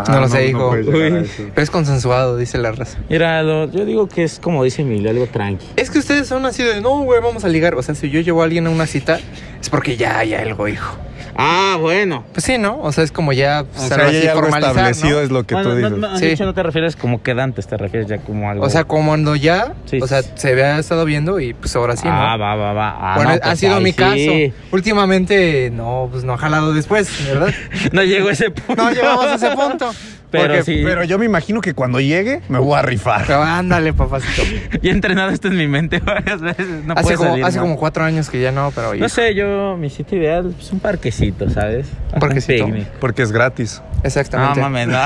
Speaker 2: no lo sé, hijo.
Speaker 1: puedes llegar a
Speaker 3: Uy.
Speaker 1: eso.
Speaker 2: Pero es consensuado, dice la raza.
Speaker 3: Mira, lo- yo digo que es como dice Emilio, algo tranqui.
Speaker 2: Es que ustedes son así de, no, güey, vamos a ligar. O sea, si yo llevo a alguien a una cita, es porque ya hay algo, hijo.
Speaker 3: Ah, bueno.
Speaker 2: Pues sí, ¿no? O sea, es como ya pues,
Speaker 1: O sea,
Speaker 2: algo
Speaker 1: ya
Speaker 2: así
Speaker 1: hay algo
Speaker 2: formalizar,
Speaker 1: establecido
Speaker 2: ¿no?
Speaker 1: es lo que tú
Speaker 3: no,
Speaker 1: dices.
Speaker 3: no,
Speaker 2: Sí.
Speaker 3: De hecho, no te refieres como quedantes, te refieres ya como algo.
Speaker 2: O sea, cuando ya,
Speaker 3: Sí,
Speaker 2: o sea,
Speaker 3: sí.
Speaker 2: se había estado viendo y pues ahora sí, ¿no?
Speaker 3: ah, va, va, va. Ah,
Speaker 2: bueno,
Speaker 3: no, pues
Speaker 2: ha sido
Speaker 3: ahí
Speaker 2: mi
Speaker 3: sí.
Speaker 2: caso. Últimamente, no, pues no ha jalado después, ¿verdad?
Speaker 3: No llegó a ese punto.
Speaker 2: No llegamos a ese punto.
Speaker 3: Pero
Speaker 1: Porque-
Speaker 3: sí.
Speaker 1: pero yo me imagino que cuando llegue me voy a rifar.
Speaker 2: Pero ándale, papacito.
Speaker 3: Ya he entrenado esto en mi mente varias veces. No
Speaker 2: hace
Speaker 3: puede
Speaker 2: como,
Speaker 3: salir
Speaker 2: hace
Speaker 3: mal.
Speaker 2: como cuatro años que ya no, pero
Speaker 3: No
Speaker 2: hijo,
Speaker 3: sé, yo, mi sitio ideal es un parquecito, ¿sabes?
Speaker 2: ¿Un parquecito?
Speaker 3: picnic.
Speaker 1: Porque es gratis.
Speaker 3: No
Speaker 2: Exactamente.
Speaker 3: mames, no.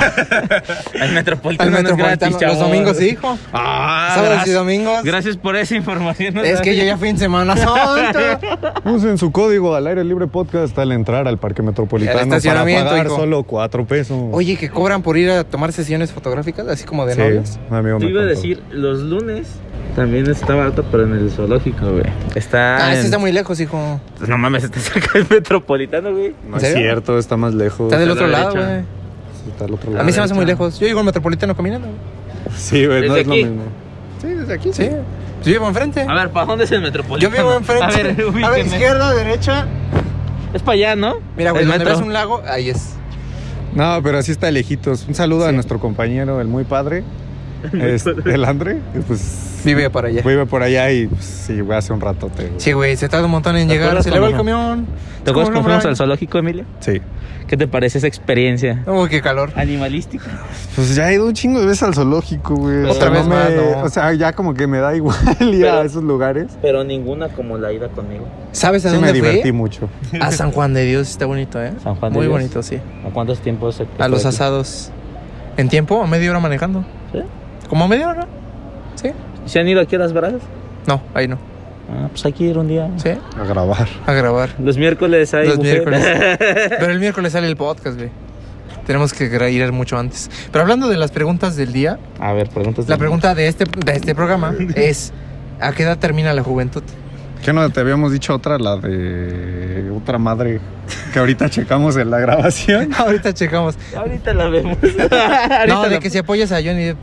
Speaker 3: El
Speaker 2: Al
Speaker 3: metropolitano, no es
Speaker 2: metropolitano,
Speaker 3: gratis, chavo.
Speaker 2: los domingos sí, hijo.
Speaker 3: Ah,
Speaker 2: Sábados
Speaker 3: gracias-
Speaker 2: y domingos.
Speaker 3: Gracias por esa información. no
Speaker 2: Es que
Speaker 3: sabía.
Speaker 2: yo ya fui en Semana Santa.
Speaker 1: Usen su código al aire libre podcast al entrar al Parque
Speaker 2: El
Speaker 1: Metropolitano para
Speaker 2: estacionamiento,
Speaker 1: pagar
Speaker 2: hijo.
Speaker 1: solo cuatro pesos.
Speaker 2: Oye, que cobran por ir a tomar sesiones fotográficas, así como de
Speaker 1: Sí,
Speaker 2: novios.
Speaker 1: un amigo
Speaker 3: Te
Speaker 1: me
Speaker 3: iba a
Speaker 1: contó.
Speaker 3: decir, los lunes también está barato, pero en el zoológico, güey. Está.
Speaker 2: Ah, este
Speaker 3: en-
Speaker 2: está muy lejos, hijo.
Speaker 3: No mames, está cerca del metropolitano, güey.
Speaker 1: No
Speaker 2: ¿En
Speaker 1: es
Speaker 2: serio?
Speaker 1: cierto, está más lejos.
Speaker 2: Está del
Speaker 3: a la
Speaker 2: otro lado,
Speaker 3: derecha.
Speaker 2: güey.
Speaker 1: Está al otro
Speaker 2: A
Speaker 1: lado.
Speaker 2: mí se me hace muy
Speaker 3: derecha.
Speaker 2: lejos. Yo llego al metropolitano caminando. güey.
Speaker 1: Sí, güey, no
Speaker 3: Desde
Speaker 1: es lo
Speaker 3: aquí.
Speaker 1: mismo.
Speaker 2: Sí, desde aquí. Sí. Pues Yo vivo enfrente.
Speaker 3: A ver, ¿para dónde es el metropolitano?
Speaker 2: Yo vivo enfrente.
Speaker 3: A ver,
Speaker 2: A ver,
Speaker 3: ubíquenme.
Speaker 2: izquierda, derecha.
Speaker 3: Es para allá, ¿no?
Speaker 2: Mira, güey,
Speaker 3: El
Speaker 2: donde
Speaker 3: metro.
Speaker 2: ves un lago, ahí es.
Speaker 1: No, pero así está lejitos. Un saludo a nuestro compañero, el muy padre, este, el André. que, Pues
Speaker 2: Vive para allá.
Speaker 1: vive por allá y pues, sí, güey, hace un ratote. güey.
Speaker 2: Sí, güey, se tarda un montón en
Speaker 3: ¿Te
Speaker 2: llegar.
Speaker 3: acuerdas
Speaker 2: Se le va el
Speaker 3: cuando-
Speaker 2: camión.
Speaker 3: ¿Te acuerdas cuando fuimos al
Speaker 2: sol?
Speaker 3: zoológico, Emilio?
Speaker 1: Sí.
Speaker 3: ¿Qué te parece esa experiencia?
Speaker 2: Uy, qué calor.
Speaker 3: Animalística.
Speaker 1: Pues ya he ido un chingo de veces al zoológico, güey.
Speaker 3: Otra
Speaker 1: O sea,
Speaker 2: vez
Speaker 1: no
Speaker 2: más,
Speaker 1: me-
Speaker 2: no.
Speaker 1: O sea, ya como que me da igual ir
Speaker 3: Pero-
Speaker 1: a esos lugares.
Speaker 3: Pero ninguna como la ida conmigo.
Speaker 2: ¿Sabes a
Speaker 1: Sí me
Speaker 2: dónde fui?
Speaker 1: divertí mucho.
Speaker 2: A San Juan de Dios, está bonito, ¿eh?
Speaker 3: San Juan de
Speaker 2: Muy
Speaker 3: Dios.
Speaker 2: bonito, sí.
Speaker 3: ¿A cuántos tiempos? se-
Speaker 2: A los asados. ¿En tiempo? ¿A media hora manejando?
Speaker 3: ¿Sí?
Speaker 2: ¿Como a media hora? ¿Sí?
Speaker 3: ¿Se han ido aquí a las bragas?
Speaker 2: No, ahí no.
Speaker 3: Ah, pues hay que ir un día.
Speaker 2: ¿Sí?
Speaker 1: A grabar.
Speaker 2: A grabar.
Speaker 3: Los miércoles hay
Speaker 2: Los
Speaker 3: buffet.
Speaker 2: miércoles. Pero el miércoles sale el podcast, güey. Tenemos que gra- ir mucho antes. Pero hablando de las preguntas del día,
Speaker 3: a ver, preguntas. de-
Speaker 2: la pregunta de este, de este programa es: ¿a qué edad termina la juventud?
Speaker 1: ¿Qué no te habíamos dicho otra? La de otra madre que ahorita checamos en la grabación.
Speaker 2: Ahorita checamos.
Speaker 3: Ahorita la vemos. Ahorita
Speaker 2: No, de
Speaker 3: la-
Speaker 2: que si apoyas a Johnny Depp.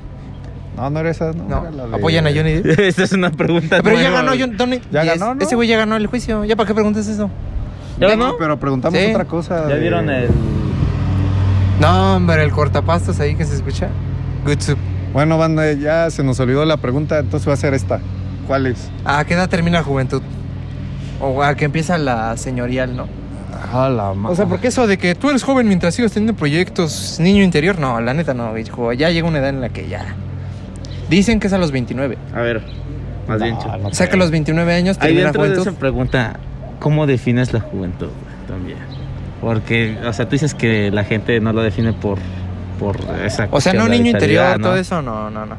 Speaker 1: No, no era esa, no.
Speaker 2: No,
Speaker 1: era la de-
Speaker 2: apoyan a Johnny Depp.
Speaker 3: Esta es una pregunta.
Speaker 2: Pero ya
Speaker 3: nueva,
Speaker 2: ganó
Speaker 3: güey.
Speaker 2: Johnny Johnny-
Speaker 1: Ya
Speaker 2: y es-
Speaker 1: ganó, ¿no?
Speaker 2: Ese güey ya ganó el juicio. ¿Ya para qué preguntas eso?
Speaker 1: No,
Speaker 3: ¿Ya ganó?
Speaker 1: pero preguntamos
Speaker 2: Sí.
Speaker 1: otra cosa.
Speaker 3: ¿Ya
Speaker 1: de-
Speaker 3: vieron el.
Speaker 2: No, hombre, el cortapastas ahí que se escucha. Good soup.
Speaker 1: Bueno, banda, ya se nos olvidó la pregunta, entonces va a ser esta. ¿Cuál es?
Speaker 2: ¿A qué edad termina la juventud? O a que empieza la señorial, ¿no?
Speaker 1: A la madre.
Speaker 2: O sea, porque eso de que tú eres joven mientras sigas teniendo proyectos, niño interior, no, la neta no, hijo. Ya llega una edad en la que ya. Dicen que es a los 29.
Speaker 3: A ver, más bien. chavo.
Speaker 2: O sea, que a los 29 años
Speaker 3: Ahí
Speaker 2: termina la
Speaker 3: dentro de
Speaker 2: juventud.
Speaker 3: esa pregunta, ¿cómo defines la juventud güey? también? Porque, o sea, tú dices que la gente no lo define por, por esa
Speaker 2: O sea,
Speaker 3: cuestión
Speaker 2: no
Speaker 3: de
Speaker 2: niño interior,
Speaker 3: vitalidad, "Ah, ¿no?
Speaker 2: todo eso, no, no, no.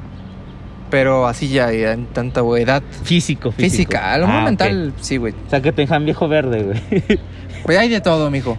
Speaker 2: Pero así ya, ya en tanta güey, edad
Speaker 3: Físico, físico.
Speaker 2: física, a lo mejor
Speaker 3: Ah, ok.
Speaker 2: mental, sí, güey.
Speaker 3: O sea, que te dejan viejo verde, güey.
Speaker 2: Pues hay de todo, mijo.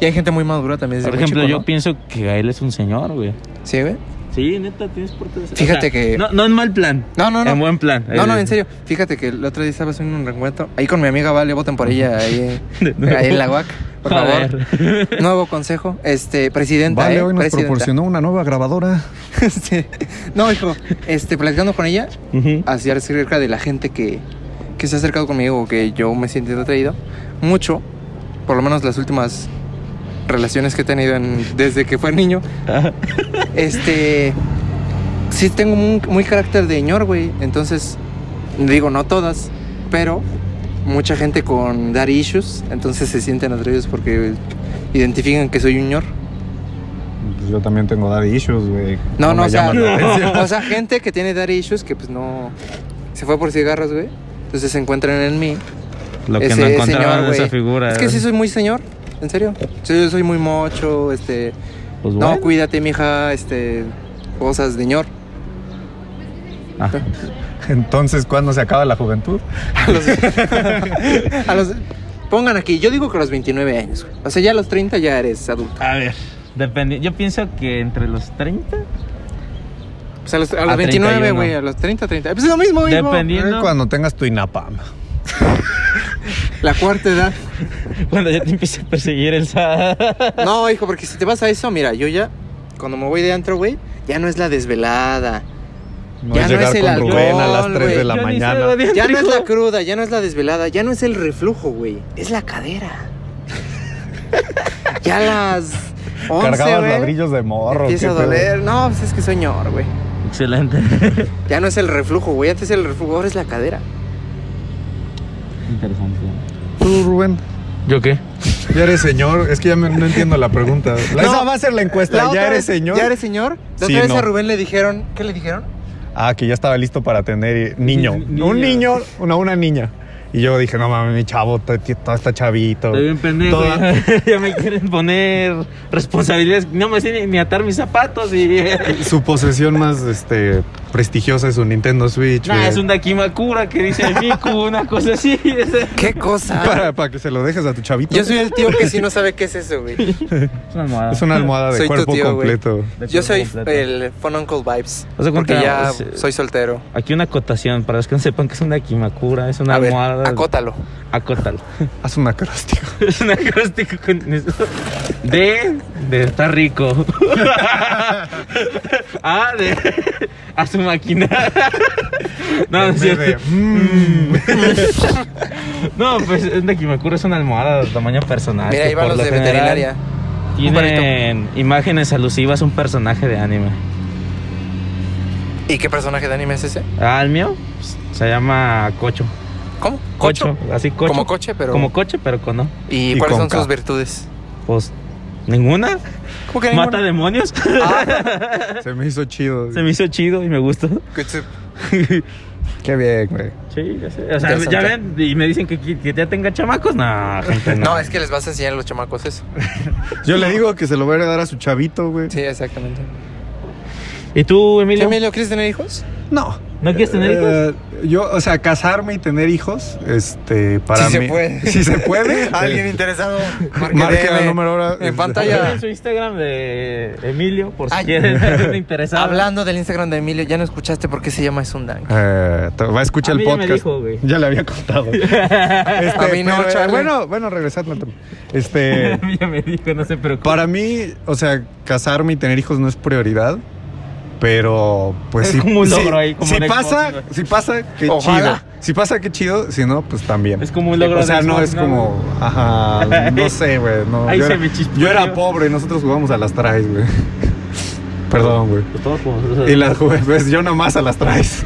Speaker 2: Y hay gente muy madura también. desde
Speaker 3: Por
Speaker 2: muy
Speaker 3: ejemplo,
Speaker 2: chico,
Speaker 3: yo
Speaker 2: ¿no?
Speaker 3: pienso que él es un señor, güey.
Speaker 2: Sí, güey.
Speaker 3: Sí, neta, tienes por qué decir-
Speaker 2: Fíjate que-
Speaker 3: No, no en mal plan.
Speaker 2: No, no, no.
Speaker 3: En buen plan.
Speaker 2: No, no, en serio. Fíjate que el otro día estaba haciendo un reencuentro. Ahí con mi amiga Vale, voten por ella ahí,
Speaker 3: nuevo.
Speaker 2: ahí en la UAC. Por
Speaker 3: A
Speaker 2: favor.
Speaker 3: ver.
Speaker 2: Nuevo consejo. Este, presidenta.
Speaker 1: Vale,
Speaker 2: ¿eh?
Speaker 1: hoy nos
Speaker 2: Presidenta.
Speaker 1: proporcionó una nueva grabadora.
Speaker 2: Este, no, hijo. Este, platicando con ella,
Speaker 3: Ujú.
Speaker 2: hacia acerca de la gente que, que se ha acercado conmigo o que yo me siento atraído. Mucho. Por lo menos las últimas relaciones que he tenido en- desde que fue niño. Este. Sí, tengo muy, muy carácter de ñor, güey. Entonces, digo, no todas, pero mucha gente con dar issues, entonces se sienten atraídos porque identifican que soy un ñor.
Speaker 1: Pues yo también tengo daddy issues, güey.
Speaker 2: No, no,
Speaker 1: me
Speaker 2: o sea,
Speaker 1: llaman la atención.
Speaker 2: o sea, gente que tiene dar issues que pues no. Se fue por cigarros, güey. Entonces se encuentran en mí.
Speaker 3: Lo que
Speaker 2: ese
Speaker 3: no
Speaker 2: señor,
Speaker 3: encontraban de
Speaker 2: güey.
Speaker 3: esa figura. eh.
Speaker 2: Es que sí soy muy señor, en serio. Sí, yo soy muy mocho, este.
Speaker 3: Pues
Speaker 2: No,
Speaker 3: bueno.
Speaker 2: cuídate, mija, este. Cosas de ñor.
Speaker 1: Ah. Entonces, ¿cuándo se acaba la juventud?
Speaker 2: A los, a los- pongan aquí, yo digo que a los 29 años. güey. O sea, ya a los 30 ya eres adulto.
Speaker 3: A ver, depende. Yo pienso que entre los 30,
Speaker 2: O sea, a los, a los
Speaker 3: A
Speaker 2: 29,
Speaker 3: 31.
Speaker 2: güey, a los 30, 30. Pues es lo mismo, hijo.
Speaker 3: dependiendo. Cuando,
Speaker 1: Cuando tengas tu INAPAM.
Speaker 2: La cuarta edad.
Speaker 3: ya te empiece a perseguir el SAT.
Speaker 2: No, hijo, porque si te vas a eso, mira, yo ya, cuando me voy de antro, güey, ya no es la desvelada.
Speaker 1: No
Speaker 2: Ya
Speaker 1: es
Speaker 2: no
Speaker 1: llegar
Speaker 2: es el
Speaker 1: con Rubén a las
Speaker 2: alcohol,
Speaker 1: 3 de
Speaker 2: güey.
Speaker 1: la
Speaker 3: Yo ni sé,
Speaker 1: mañana.
Speaker 3: güey.
Speaker 2: Ya no es la cruda, ya no es la desvelada, ya no es el reflujo, güey. Es la cadera. Ya a las 11,
Speaker 1: Cargabas
Speaker 2: güey,
Speaker 1: ladrillos de morro.
Speaker 2: Empieza
Speaker 1: qué
Speaker 2: a
Speaker 1: pedo.
Speaker 2: doler. No, pues es que soy ñor, güey.
Speaker 3: Excelente.
Speaker 2: Ya no es el reflujo, güey. Antes el reflujo, ahora es la cadera.
Speaker 3: Interesante.
Speaker 1: Tú, Rubén,
Speaker 3: ¿Yo qué?
Speaker 1: ¿Ya eres señor? Es que ya me- no entiendo la pregunta. La-
Speaker 2: No.
Speaker 1: Esa va a ser la encuesta.
Speaker 2: La otra
Speaker 1: ¿Ya eres
Speaker 2: vez-
Speaker 1: señor?
Speaker 2: ¿Ya eres señor? La
Speaker 1: Sí,
Speaker 2: otra vez
Speaker 1: no.
Speaker 2: a Rubén le dijeron. ¿Qué le dijeron?
Speaker 1: Ah, que ya estaba listo para tener niño.
Speaker 3: Niña.
Speaker 1: Un niño, una, una niña. Y yo dije, no mames, mi chavo, t- t- todo está chavito.
Speaker 3: Estoy bien pendejo. eh.
Speaker 1: Toda-
Speaker 3: Ya, ya me quieren poner responsabilidades. No me sé ni, ni atar mis zapatos y.
Speaker 1: Su posesión más este, prestigiosa es un Nintendo Switch. eh.
Speaker 3: Nah,
Speaker 1: güey.
Speaker 3: Ah, es un Dakimakura que dice Miku, una cosa así. Es
Speaker 2: ¿Qué cosa?
Speaker 1: para, para que se lo dejes a tu chavito.
Speaker 2: Yo soy el tío que sí no sabe qué es eso, güey.
Speaker 3: una almohada.
Speaker 1: Es una almohada Ah, de
Speaker 2: Soy tu
Speaker 1: cuerpo
Speaker 2: tío, güey.
Speaker 1: completo.
Speaker 2: Yo soy el Phone Uncle Vibes.
Speaker 3: Haz de cuenta,
Speaker 2: Porque ya
Speaker 3: es, eh,
Speaker 2: soy soltero.
Speaker 3: Aquí una acotación, para los que no sepan que es una Dakimakura, es una
Speaker 2: A ver,
Speaker 3: almohada.
Speaker 2: acótalo.
Speaker 3: Acótalo.
Speaker 1: Haz un acróstico.
Speaker 3: Es un acróstico con eso. De. De estar rico. ah, de. A su máquina. no, no es
Speaker 1: En vez
Speaker 3: cierto.
Speaker 1: de, "Mm".
Speaker 3: No, pues es de Kimakura es una almohada de tamaño
Speaker 1: Ah,
Speaker 3: personal.
Speaker 2: Mira,
Speaker 3: que
Speaker 2: ahí van
Speaker 3: por
Speaker 2: los
Speaker 3: lo
Speaker 2: de
Speaker 3: general
Speaker 2: veterinaria.
Speaker 3: Tienen imágenes alusivas a un personaje de anime.
Speaker 2: ¿Y qué personaje de anime es ese?
Speaker 3: Ah, el mío pues, se llama Cocho.
Speaker 2: ¿Cómo?
Speaker 3: Cocho,
Speaker 2: ¿Cocho?
Speaker 3: así Cocho.
Speaker 2: Como coche, pero.
Speaker 3: Como coche, pero con no.
Speaker 2: ¿Y,
Speaker 1: Y
Speaker 2: cuáles
Speaker 1: con
Speaker 2: son
Speaker 1: K.
Speaker 2: sus virtudes?
Speaker 3: Pues, ¿ninguna? Ah.
Speaker 2: ¿Cómo que
Speaker 3: Mata demonios.
Speaker 1: Se me hizo chido.
Speaker 3: se me hizo chido y me gustó.
Speaker 1: Qué bien, güey.
Speaker 3: Sí, ya sé. O sea,
Speaker 2: Interesante.
Speaker 3: ya ven, y me dicen que, que ya tenga chamacos. No, gente, no.
Speaker 2: No, es que les vas a enseñar a los chamacos eso.
Speaker 1: Yo le digo que se lo voy a dar a su chavito, güey.
Speaker 2: Sí, exactamente.
Speaker 3: ¿Y tú,
Speaker 2: ¿Tú,
Speaker 3: Emilio?
Speaker 2: Emilio, quieres tener hijos?
Speaker 1: No.
Speaker 3: ¿No quieres tener hijos?
Speaker 1: Eh, yo, o sea, casarme y tener hijos, este, para
Speaker 2: Si se
Speaker 1: mí.
Speaker 2: puede.
Speaker 1: Si se puede.
Speaker 2: ¿Alguien interesado? Marque E
Speaker 1: Marque
Speaker 2: DM.
Speaker 1: el número ahora.
Speaker 2: En pantalla.
Speaker 3: En su Instagram de Emilio, por si
Speaker 2: Ay.
Speaker 3: quieren alguien interesado.
Speaker 2: Hablando del Instagram de Emilio, ya no escuchaste por qué se llama Es un Dank.
Speaker 1: Eh, te- va a escuchar el
Speaker 3: A mí ya me
Speaker 1: podcast.
Speaker 3: dijo, güey.
Speaker 1: Ya le había contado. Este,
Speaker 2: A mí no,
Speaker 1: pero, eh,
Speaker 2: Charlie.
Speaker 1: bueno, bueno, regresando al tema. Este,
Speaker 3: ya me dijo, no se preocupe.
Speaker 1: para mí, o sea, casarme y tener hijos no es prioridad. Pero, pues
Speaker 3: Es
Speaker 1: sí.
Speaker 3: como un logro ahí, como
Speaker 1: si
Speaker 3: un Xbox,
Speaker 1: pasa,
Speaker 3: güey.
Speaker 1: si pasa, qué
Speaker 2: Ojalá.
Speaker 1: chido. Si pasa, qué chido. Si no, pues también.
Speaker 3: Es como un logro
Speaker 1: O sea,
Speaker 3: de
Speaker 1: no
Speaker 3: Xbox,
Speaker 1: es
Speaker 3: ¿no?
Speaker 1: como, ajá, no sé, güey. No,
Speaker 3: Ahí
Speaker 1: yo
Speaker 3: se
Speaker 1: era,
Speaker 3: me chispoteó.
Speaker 1: yo era pobre, nosotros jugamos a las traes, güey. Perdón, güey.
Speaker 3: Pues todos, jugamos-
Speaker 1: Y las jugué, pues, yo nomás a las traes.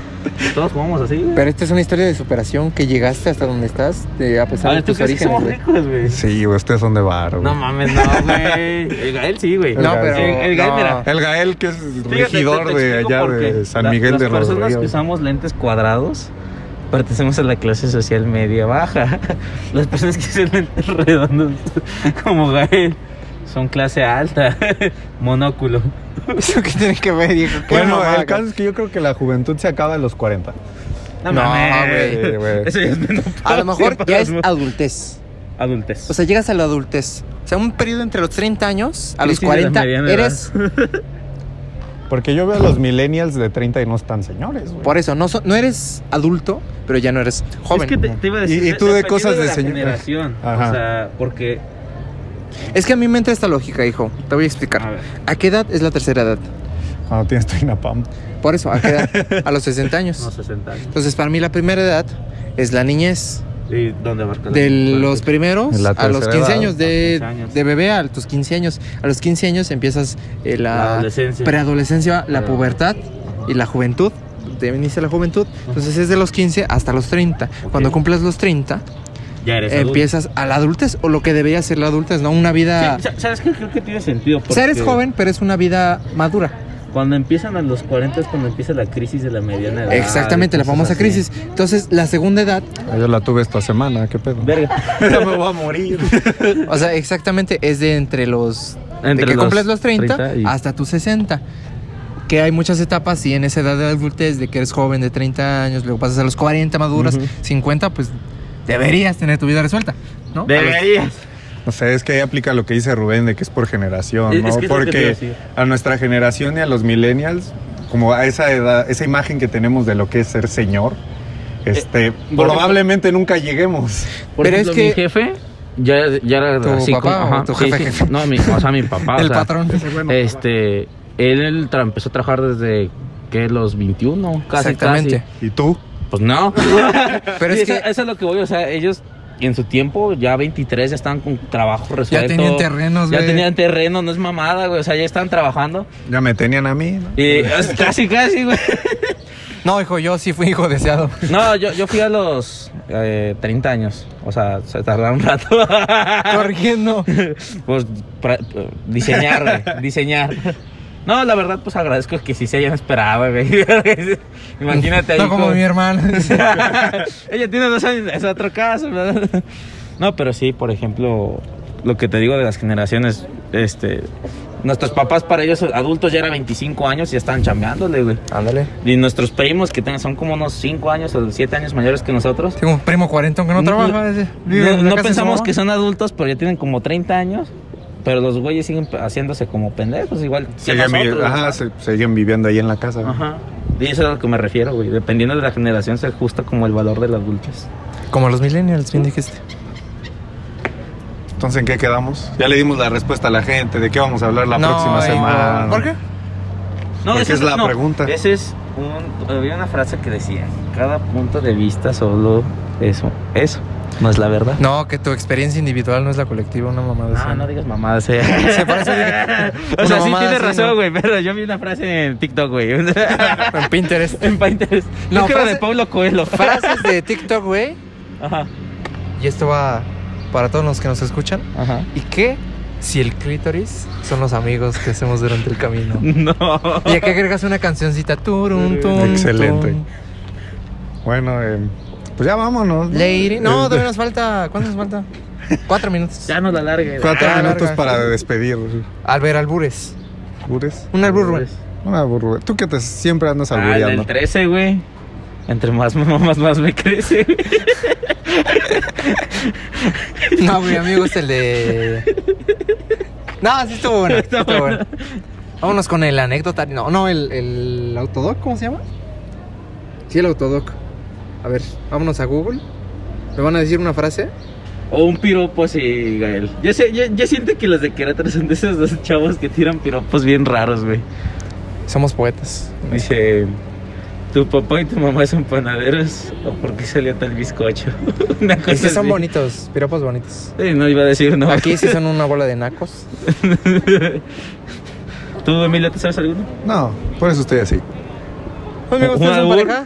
Speaker 3: todos jugamos así, güey.
Speaker 2: Pero esta es una historia de superación que llegaste hasta donde estás, de- a pesar
Speaker 3: A
Speaker 2: de
Speaker 3: ver, Ah, ¿tú
Speaker 2: tus
Speaker 3: crees que
Speaker 2: orígenes.
Speaker 3: somos
Speaker 2: güey.
Speaker 3: ricos, güey?
Speaker 1: Sí, güey, ustedes son de bar, güey.
Speaker 3: No mames, no, güey. El Gael sí, güey.
Speaker 2: No,
Speaker 1: Gael,
Speaker 2: pero.
Speaker 1: sí.
Speaker 3: El- el Gael,
Speaker 2: no.
Speaker 3: mira.
Speaker 1: El Gael, que es
Speaker 3: Fíjate,
Speaker 1: regidor
Speaker 3: te- te
Speaker 1: de
Speaker 3: explico
Speaker 1: allá
Speaker 3: por qué.
Speaker 1: de San
Speaker 3: La-
Speaker 1: Miguel de
Speaker 3: Las
Speaker 1: los
Speaker 3: personas que
Speaker 1: Ríos.
Speaker 3: usamos lentes cuadrados pertenecemos a la clase social media baja. Las personas que usan lentes redondos, como Gael, son clase alta. Monóculo.
Speaker 2: ¿Eso qué tiene que ver, Diego? Qué
Speaker 1: Bueno,
Speaker 2: mamada,
Speaker 1: el caso es que yo creo que la juventud se acaba a los 40.
Speaker 3: No,
Speaker 2: No,
Speaker 3: mames.
Speaker 1: güey. Sí, güey.
Speaker 3: Eso ya es menopausia
Speaker 2: A lo mejor
Speaker 3: para
Speaker 2: ya
Speaker 3: las
Speaker 2: es
Speaker 3: mu-
Speaker 2: adultez.
Speaker 3: adultez.
Speaker 2: O sea, llegas a la adultez. O sea, un periodo entre los 30 años a
Speaker 3: Crisis
Speaker 2: los
Speaker 3: de la
Speaker 2: 40
Speaker 3: mediana
Speaker 2: eres.
Speaker 1: Porque yo veo a los millennials de 30 y no están señores, güey.
Speaker 2: Por eso, no, so- no eres adulto, pero ya no eres joven.
Speaker 3: Es que te, te iba a decir.
Speaker 1: Y- y tú de
Speaker 3: dependiendo
Speaker 1: cosas de
Speaker 3: la
Speaker 1: señor-
Speaker 3: generación.
Speaker 1: Ajá.
Speaker 3: O sea, porque.
Speaker 2: a mí me entra esta lógica, hijo. Te voy a explicar.
Speaker 3: A ver.
Speaker 2: ¿A qué edad es la tercera edad?
Speaker 1: Cuando Ah, tienes tu INAPAM.
Speaker 2: Por eso, ¿a qué edad? A los 60 años.
Speaker 3: No, 60 años.
Speaker 2: Entonces, para mí la primera edad es la niñez.
Speaker 3: ¿Y dónde abarcas?
Speaker 2: De los primeros
Speaker 1: La
Speaker 2: a los
Speaker 1: tercera
Speaker 2: 15
Speaker 1: edad,
Speaker 2: años,
Speaker 3: a
Speaker 2: de,
Speaker 3: 15 años.
Speaker 2: de bebé a tus 15 años. A los 15 años empiezas eh, la,
Speaker 3: La adolescencia.
Speaker 2: preadolescencia, la
Speaker 3: Pre-
Speaker 2: pubertad y la juventud. Te inicia la juventud. Entonces es de los 15 hasta los 30. Cuando cumples los 30,
Speaker 3: Ya eres adulto.
Speaker 2: empiezas a la adultez o lo que debería ser la adultez, ¿no? Una vida...
Speaker 3: Sí, sa- ¿Sabes qué? Creo que tiene sentido.
Speaker 2: o sea, eres
Speaker 3: porque
Speaker 2: joven, pero es una vida madura.
Speaker 3: Cuando empiezan a los 40 es cuando empieza la crisis de la mediana edad.
Speaker 2: Exactamente, la
Speaker 3: cosas
Speaker 2: famosa
Speaker 3: Ah, así.
Speaker 2: crisis. Entonces, la segunda edad
Speaker 1: Yo la tuve esta semana, qué pedo.
Speaker 3: Verga.
Speaker 1: Ya me voy a morir.
Speaker 2: O sea, exactamente es de entre los
Speaker 3: Entre
Speaker 2: de que
Speaker 3: los
Speaker 2: cumples los 30,
Speaker 3: 30 y-
Speaker 2: hasta tus 60. Que hay muchas etapas y en esa edad de adultez, de que eres joven de 30 años, luego pasas a los 40 maduras, 50, pues deberías tener tu vida resuelta, ¿no?
Speaker 3: Deberías.
Speaker 1: No sé, es que ahí aplica lo que dice Rubén de que es por generación,
Speaker 3: Es-
Speaker 1: ¿no?
Speaker 3: es que es lo que te iba a
Speaker 1: Porque
Speaker 3: decir.
Speaker 1: a nuestra generación y a los millennials, como a esa edad, esa imagen que tenemos de lo que es ser señor, este,
Speaker 3: Eh, por
Speaker 1: probablemente nunca lleguemos.
Speaker 3: Por
Speaker 2: Pero
Speaker 3: ejemplo,
Speaker 2: es que-
Speaker 3: mi jefe ya, ya era
Speaker 2: ¿Tu
Speaker 3: así
Speaker 2: papá
Speaker 3: como-
Speaker 2: o
Speaker 3: ajá,
Speaker 2: tu
Speaker 3: sí,
Speaker 2: jefe,
Speaker 3: sí.
Speaker 2: jefe?
Speaker 3: No, mi, o sea, mi papá. o
Speaker 2: El
Speaker 3: sea,
Speaker 2: patrón.
Speaker 3: Este, él tra- empezó a trabajar desde que los 21, casi.
Speaker 2: Exactamente.
Speaker 1: ¿Y tú?
Speaker 3: casi. Pues no.
Speaker 2: Pero
Speaker 3: Sí,
Speaker 2: es que
Speaker 3: eso, eso es lo que voy, o sea, ellos en su tiempo, ya 23, ya estaban con trabajo
Speaker 2: ya
Speaker 3: resuelto.
Speaker 2: tenían terrenos,
Speaker 3: Ya
Speaker 2: güey.
Speaker 3: tenían terreno, no es mamada, güey. O sea, ya estaban trabajando.
Speaker 1: Ya me tenían a mí, ¿no?
Speaker 3: Y es casi, casi, güey.
Speaker 2: No, hijo, yo sí fui hijo deseado.
Speaker 3: No, yo, yo fui a los eh, 30 años. O sea, se tardaron un rato.
Speaker 2: Corrigiendo.
Speaker 3: pues pra- eh, diseñar, güey, diseñar. No, la verdad, pues agradezco que sí se hayan esperado, güey. Imagínate ahí. pues.
Speaker 2: No como
Speaker 3: con-
Speaker 2: mi hermano.
Speaker 3: Ella tiene dos años, es otro caso, ¿verdad? No, pero sí, por ejemplo, lo que te digo de las generaciones, este. Nuestros papás, para ellos adultos, ya era 25 años y ya estaban chambeándole, güey.
Speaker 2: Ándale.
Speaker 3: Y nuestros primos, que tengan, son como unos 5 años o 7 años mayores que nosotros.
Speaker 2: Tengo un primo cuarentón que no trabaja. ese, vive
Speaker 3: No-
Speaker 2: en
Speaker 3: no
Speaker 2: la casa de su
Speaker 3: pensamos
Speaker 2: mamá.
Speaker 3: que son adultos, pero ya tienen como 30 años. Pero los güeyes siguen haciéndose como pendejos, igual que
Speaker 1: Seguían, vi-
Speaker 3: nosotros.
Speaker 1: ajá, se- seguían viviendo ahí en la casa. güey.
Speaker 3: Ajá. Y eso es a lo que me refiero, güey. Dependiendo de la generación, se ajusta como el valor de la adultez.
Speaker 2: Como los millennials, bien dijiste.
Speaker 1: Entonces, ¿en qué quedamos? Ya le dimos la respuesta a la gente de qué vamos a hablar la
Speaker 2: No,
Speaker 1: próxima
Speaker 2: hijo.
Speaker 1: semana.
Speaker 2: ¿Por qué?
Speaker 1: Porque es la pregunta.
Speaker 3: Esa es un, había una frase que decía, cada punto de vista solo eso, eso, no es la verdad.
Speaker 2: No, que tu experiencia individual no es la colectiva, una mamada
Speaker 3: No,
Speaker 2: así.
Speaker 3: Ah, no digas mamadas, eh.
Speaker 2: Sí, por eso dije,
Speaker 3: o sea,
Speaker 2: una
Speaker 3: sí
Speaker 2: mamada
Speaker 3: tienes
Speaker 2: así,
Speaker 3: razón,
Speaker 2: ¿no?
Speaker 3: güey, pero yo vi una frase en TikTok, güey. en
Speaker 2: En Pinterest.
Speaker 3: Pinterest.
Speaker 2: No,
Speaker 3: No, que era
Speaker 2: frase-
Speaker 3: de Pablo Coelho.
Speaker 2: Frases de TikTok, güey.
Speaker 3: Ajá,
Speaker 2: Y esto va para todos los que nos escuchan.
Speaker 3: ajá.
Speaker 2: ¿Y qué? Si el clítoris son los amigos que hacemos durante el camino.
Speaker 3: No.
Speaker 2: Y acá agregas una cancioncita. Turum, tum,
Speaker 1: Excelente.
Speaker 2: tum.
Speaker 1: Bueno, eh, pues ya vámonos. Este,
Speaker 2: Lady. No, todavía nos falta. ¿Cuánto nos falta? Cuatro minutos.
Speaker 3: Ya no la largues.
Speaker 1: Cuatro
Speaker 2: Ah,
Speaker 1: minutos
Speaker 2: larga.
Speaker 1: para despedir.
Speaker 2: Albert Albures.
Speaker 1: ¿Bures?
Speaker 2: Un albur, güey.
Speaker 1: Una burbuja. Tú que te siempre andas
Speaker 3: Pues, Ah, el
Speaker 1: albureando.
Speaker 3: del 13, güey. Entre más me mamas, más me crece, güey.
Speaker 2: No, güey, amigo, es el de. No, sí estuvo bueno.
Speaker 3: Está
Speaker 2: estuvo
Speaker 3: bueno.
Speaker 2: bueno. Vámonos con el anécdota. No, no, el, el autodoc, ¿cómo se llama? Sí, el autodoc. A ver, vámonos a Google. Me van a decir una frase.
Speaker 3: O un piropo así, Gael. Yo, sé, yo, yo siento que los de Querétaro son de esos dos chavos que tiran piropos bien raros, güey.
Speaker 2: Somos poetas.
Speaker 3: Dice, tu papá y tu mamá son panaderos, ¿o por qué salió tal bizcocho? Una cosa
Speaker 2: Y sí son
Speaker 3: así.
Speaker 2: bonitos, piropos bonitos.
Speaker 3: Sí, no iba a decir no.
Speaker 2: Aquí sí son una bola de nacos.
Speaker 3: ¿Tú, Emilio, te sabes alguno?
Speaker 1: No, por eso estoy así.
Speaker 2: Amigos,
Speaker 3: ¿Un
Speaker 2: ¿ustedes son
Speaker 3: albur?
Speaker 2: pareja?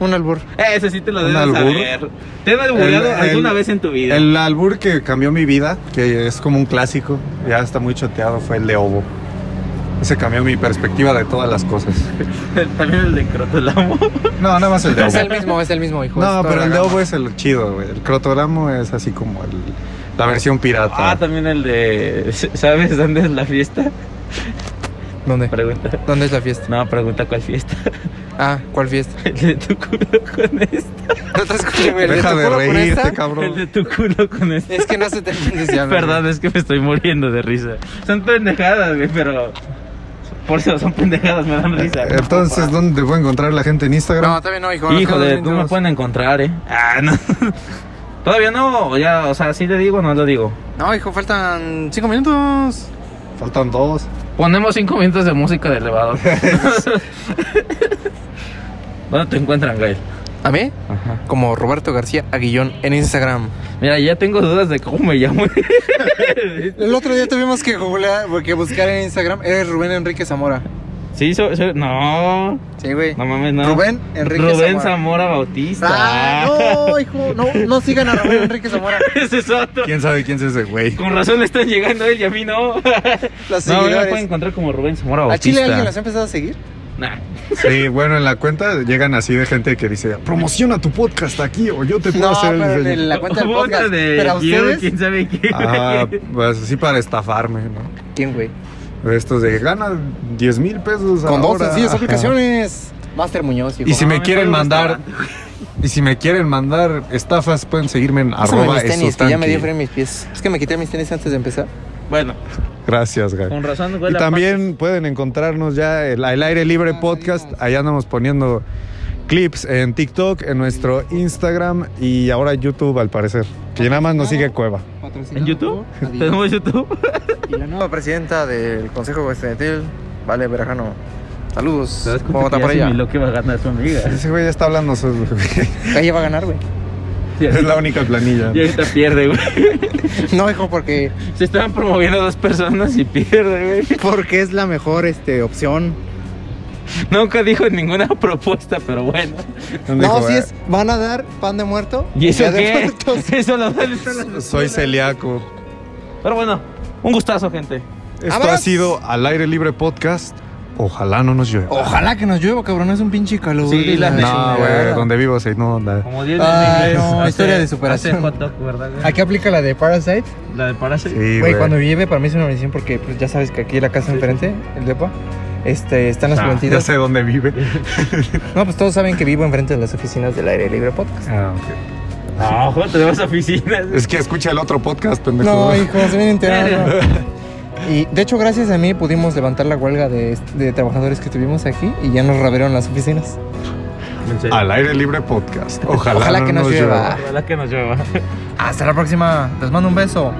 Speaker 2: Un albur.
Speaker 3: Eh, ese sí te lo
Speaker 1: ¿Un
Speaker 3: debes
Speaker 1: albur?
Speaker 3: saber. ¿Te han albureado
Speaker 1: El- el-
Speaker 3: alguna vez en tu vida?
Speaker 1: El albur que cambió mi vida, que es como un clásico, ya está muy choteado, fue el de Ovo. Ese cambió mi perspectiva de todas las cosas.
Speaker 3: También el de Crotolamo.
Speaker 1: No, nada más el de
Speaker 3: Pues
Speaker 2: Es el
Speaker 1: Ovo.
Speaker 2: mismo, es el mismo, hijo. es
Speaker 1: No,
Speaker 2: toda
Speaker 1: pero
Speaker 2: la
Speaker 1: el de
Speaker 2: gama.
Speaker 1: Ovo es el chido, güey. El crotogramo es así como el- la versión pirata.
Speaker 3: Ah, también el de... ¿Sabes dónde es la fiesta?
Speaker 2: ¿Dónde?
Speaker 3: Pregunta.
Speaker 2: ¿Dónde es la fiesta?
Speaker 3: No, pregunta cuál fiesta.
Speaker 2: Ah, ¿cuál fiesta?
Speaker 3: El de tu culo con esta.
Speaker 2: No te escuché, güey.
Speaker 1: Deja
Speaker 2: ¿Te
Speaker 1: de
Speaker 2: juro por
Speaker 1: reírte,
Speaker 2: esta?
Speaker 3: El de
Speaker 1: cabrón.
Speaker 3: tu culo con este. esta.
Speaker 2: Es que no se te entiende. ya, güey.
Speaker 3: Perdón, es que me estoy muriendo de risa. Son pendejadas, güey, pero. Por eso son pendejadas, me dan risa.
Speaker 2: Eh,
Speaker 1: Entonces, ¿dónde te puede encontrar la gente en Instagram?
Speaker 2: No, todavía no, hijo.
Speaker 3: Hijo de,
Speaker 2: no
Speaker 3: no me pueden encontrar, eh. Ah, no. Todavía no, o ya, o sea, sí le digo o no lo digo.
Speaker 2: No, hijo, faltan cinco minutos.
Speaker 1: Faltan dos.
Speaker 3: Ponemos cinco minutos de música de elevador. ¿Dónde te encuentran, Gael?
Speaker 2: ¿A mí? Como Roberto García Aguillón en Instagram.
Speaker 3: Mira, ya tengo dudas de cómo me llamo.
Speaker 2: El otro día tuvimos que googlear, porque buscar en Instagram. Eres Rubén Enrique Zamora.
Speaker 3: sí, soy, soy- No,
Speaker 2: Sí, güey.
Speaker 3: no mames, no.
Speaker 2: Rubén Enrique
Speaker 3: Rubén
Speaker 2: Zamora.
Speaker 3: Zamora Bautista.
Speaker 2: Ah, no, hijo. No, no sigan a Rubén Enrique Zamora.
Speaker 3: Ese es otro.
Speaker 1: ¿Quién sabe quién es ese güey?
Speaker 3: Con razón le están llegando a él y a mí no. No, me pueden
Speaker 2: Los seguidores.
Speaker 3: encontrar como Rubén Zamora
Speaker 2: ¿A Chile
Speaker 3: Bautista.
Speaker 2: alguien los ha empezado a seguir?
Speaker 3: Nah.
Speaker 1: Sí, bueno, en la cuenta llegan así de gente que dice, promociona tu podcast aquí o yo te puedo
Speaker 2: No,
Speaker 1: hacer el
Speaker 2: pero
Speaker 1: diseño".
Speaker 2: en la cuenta del
Speaker 3: Puta
Speaker 2: podcast.
Speaker 3: de
Speaker 2: Pero a
Speaker 3: Gio,
Speaker 2: ustedes.
Speaker 3: ¿Quién sabe qué?
Speaker 1: Ah, pues así para estafarme, ¿no?
Speaker 2: ¿Quién, güey?
Speaker 1: De Estos de gana 10 mil pesos.
Speaker 2: Con dos
Speaker 1: Pues ahora".
Speaker 2: sencillas
Speaker 1: Ajá.
Speaker 2: aplicaciones. Master Muñoz, hijo.
Speaker 1: Y si
Speaker 3: No,
Speaker 1: me
Speaker 3: me
Speaker 1: quieren
Speaker 3: pueden
Speaker 1: mandar,
Speaker 3: gustar.
Speaker 1: y si me quieren mandar estafas, pueden seguirme en
Speaker 2: Pásame
Speaker 1: arroba
Speaker 2: mis tenis, que ya me dio
Speaker 1: esotanqui.
Speaker 2: frío en mis pies. Es que me quité mis tenis antes de empezar.
Speaker 3: Bueno,
Speaker 1: Gracias,
Speaker 3: con
Speaker 1: Gaby.
Speaker 3: razón, güey.
Speaker 1: Y
Speaker 3: Pues la
Speaker 1: también pueden encontrarnos ya el, el Aire Libre Podcast. Allá andamos poniendo clips en TikTok, en nuestro Instagram y ahora YouTube, al parecer. Que nada más nos sigue Cueva.
Speaker 3: parte- ¿En YouTube? ¿Tenemos YouTube?
Speaker 2: Y la nueva presidenta del Consejo Estudiantil, Vale Verajano. Saludos. ¿Cómo está por ella?
Speaker 3: Lo que va a ganar su amiga.
Speaker 1: Ese güey ya está hablando. solo, güey.
Speaker 2: Ella va a ganar, güey.
Speaker 3: Sí,
Speaker 1: Es la única planilla.
Speaker 3: Y ahorita pierde, güey.
Speaker 2: No, hijo, porque,
Speaker 3: Se estaban promoviendo dos personas y pierde, güey.
Speaker 2: porque es la mejor este, opción.
Speaker 3: Nunca dijo ninguna propuesta, pero bueno.
Speaker 2: No,
Speaker 1: Dijo,
Speaker 2: si
Speaker 1: "Ah,
Speaker 2: es, van a dar pan de muerto.
Speaker 3: ¿Y eso
Speaker 2: día de
Speaker 3: qué?
Speaker 2: muertos.
Speaker 3: Eso lo dan en todas las
Speaker 1: Soy
Speaker 3: escuelas.
Speaker 1: celíaco.
Speaker 3: Pero bueno, un gustazo, gente.
Speaker 1: Esto ha
Speaker 2: ¡Vámonos!
Speaker 1: sido Al Aire Libre Podcast. Ojalá no nos llueva.
Speaker 2: Ojalá que nos llueva, cabrón. Es un pinche calor.
Speaker 3: Sí,
Speaker 2: de
Speaker 3: la
Speaker 1: No,
Speaker 3: chingada.
Speaker 1: güey, donde vivo se inunda.
Speaker 3: Como 10
Speaker 2: Ah, no, historia de superación.
Speaker 3: Hace hot dog, ¿verdad? güey?
Speaker 2: Aquí aplica la de Parasite.
Speaker 3: La de Parásito.
Speaker 1: Sí,
Speaker 2: Güey,
Speaker 1: güey.
Speaker 2: cuando llueve, para mí es una bendición porque pues, ya sabes que aquí la casa enfrente, el depa, este, están las
Speaker 3: Ah,
Speaker 1: Ya
Speaker 2: plantitas.
Speaker 1: sé dónde vive.
Speaker 2: No, pues todos saben que vivo enfrente de las oficinas del aire libre podcast.
Speaker 1: Ah, ok.
Speaker 3: No, joder, tenemos oficinas.
Speaker 1: Es que escucha el otro podcast, pendejo.
Speaker 2: No, hijo, se viene enterando. Y de hecho, gracias a mí pudimos levantar la huelga de, de trabajadores que tuvimos aquí y ya nos rabearon las oficinas.
Speaker 3: En serio.
Speaker 1: Al Aire Libre Podcast. Ojalá,
Speaker 2: Ojalá
Speaker 1: no
Speaker 2: que nos
Speaker 1: nos
Speaker 2: llueva.
Speaker 1: llueva.
Speaker 3: Ojalá que nos llueva.
Speaker 2: Hasta la próxima. Les mando un beso.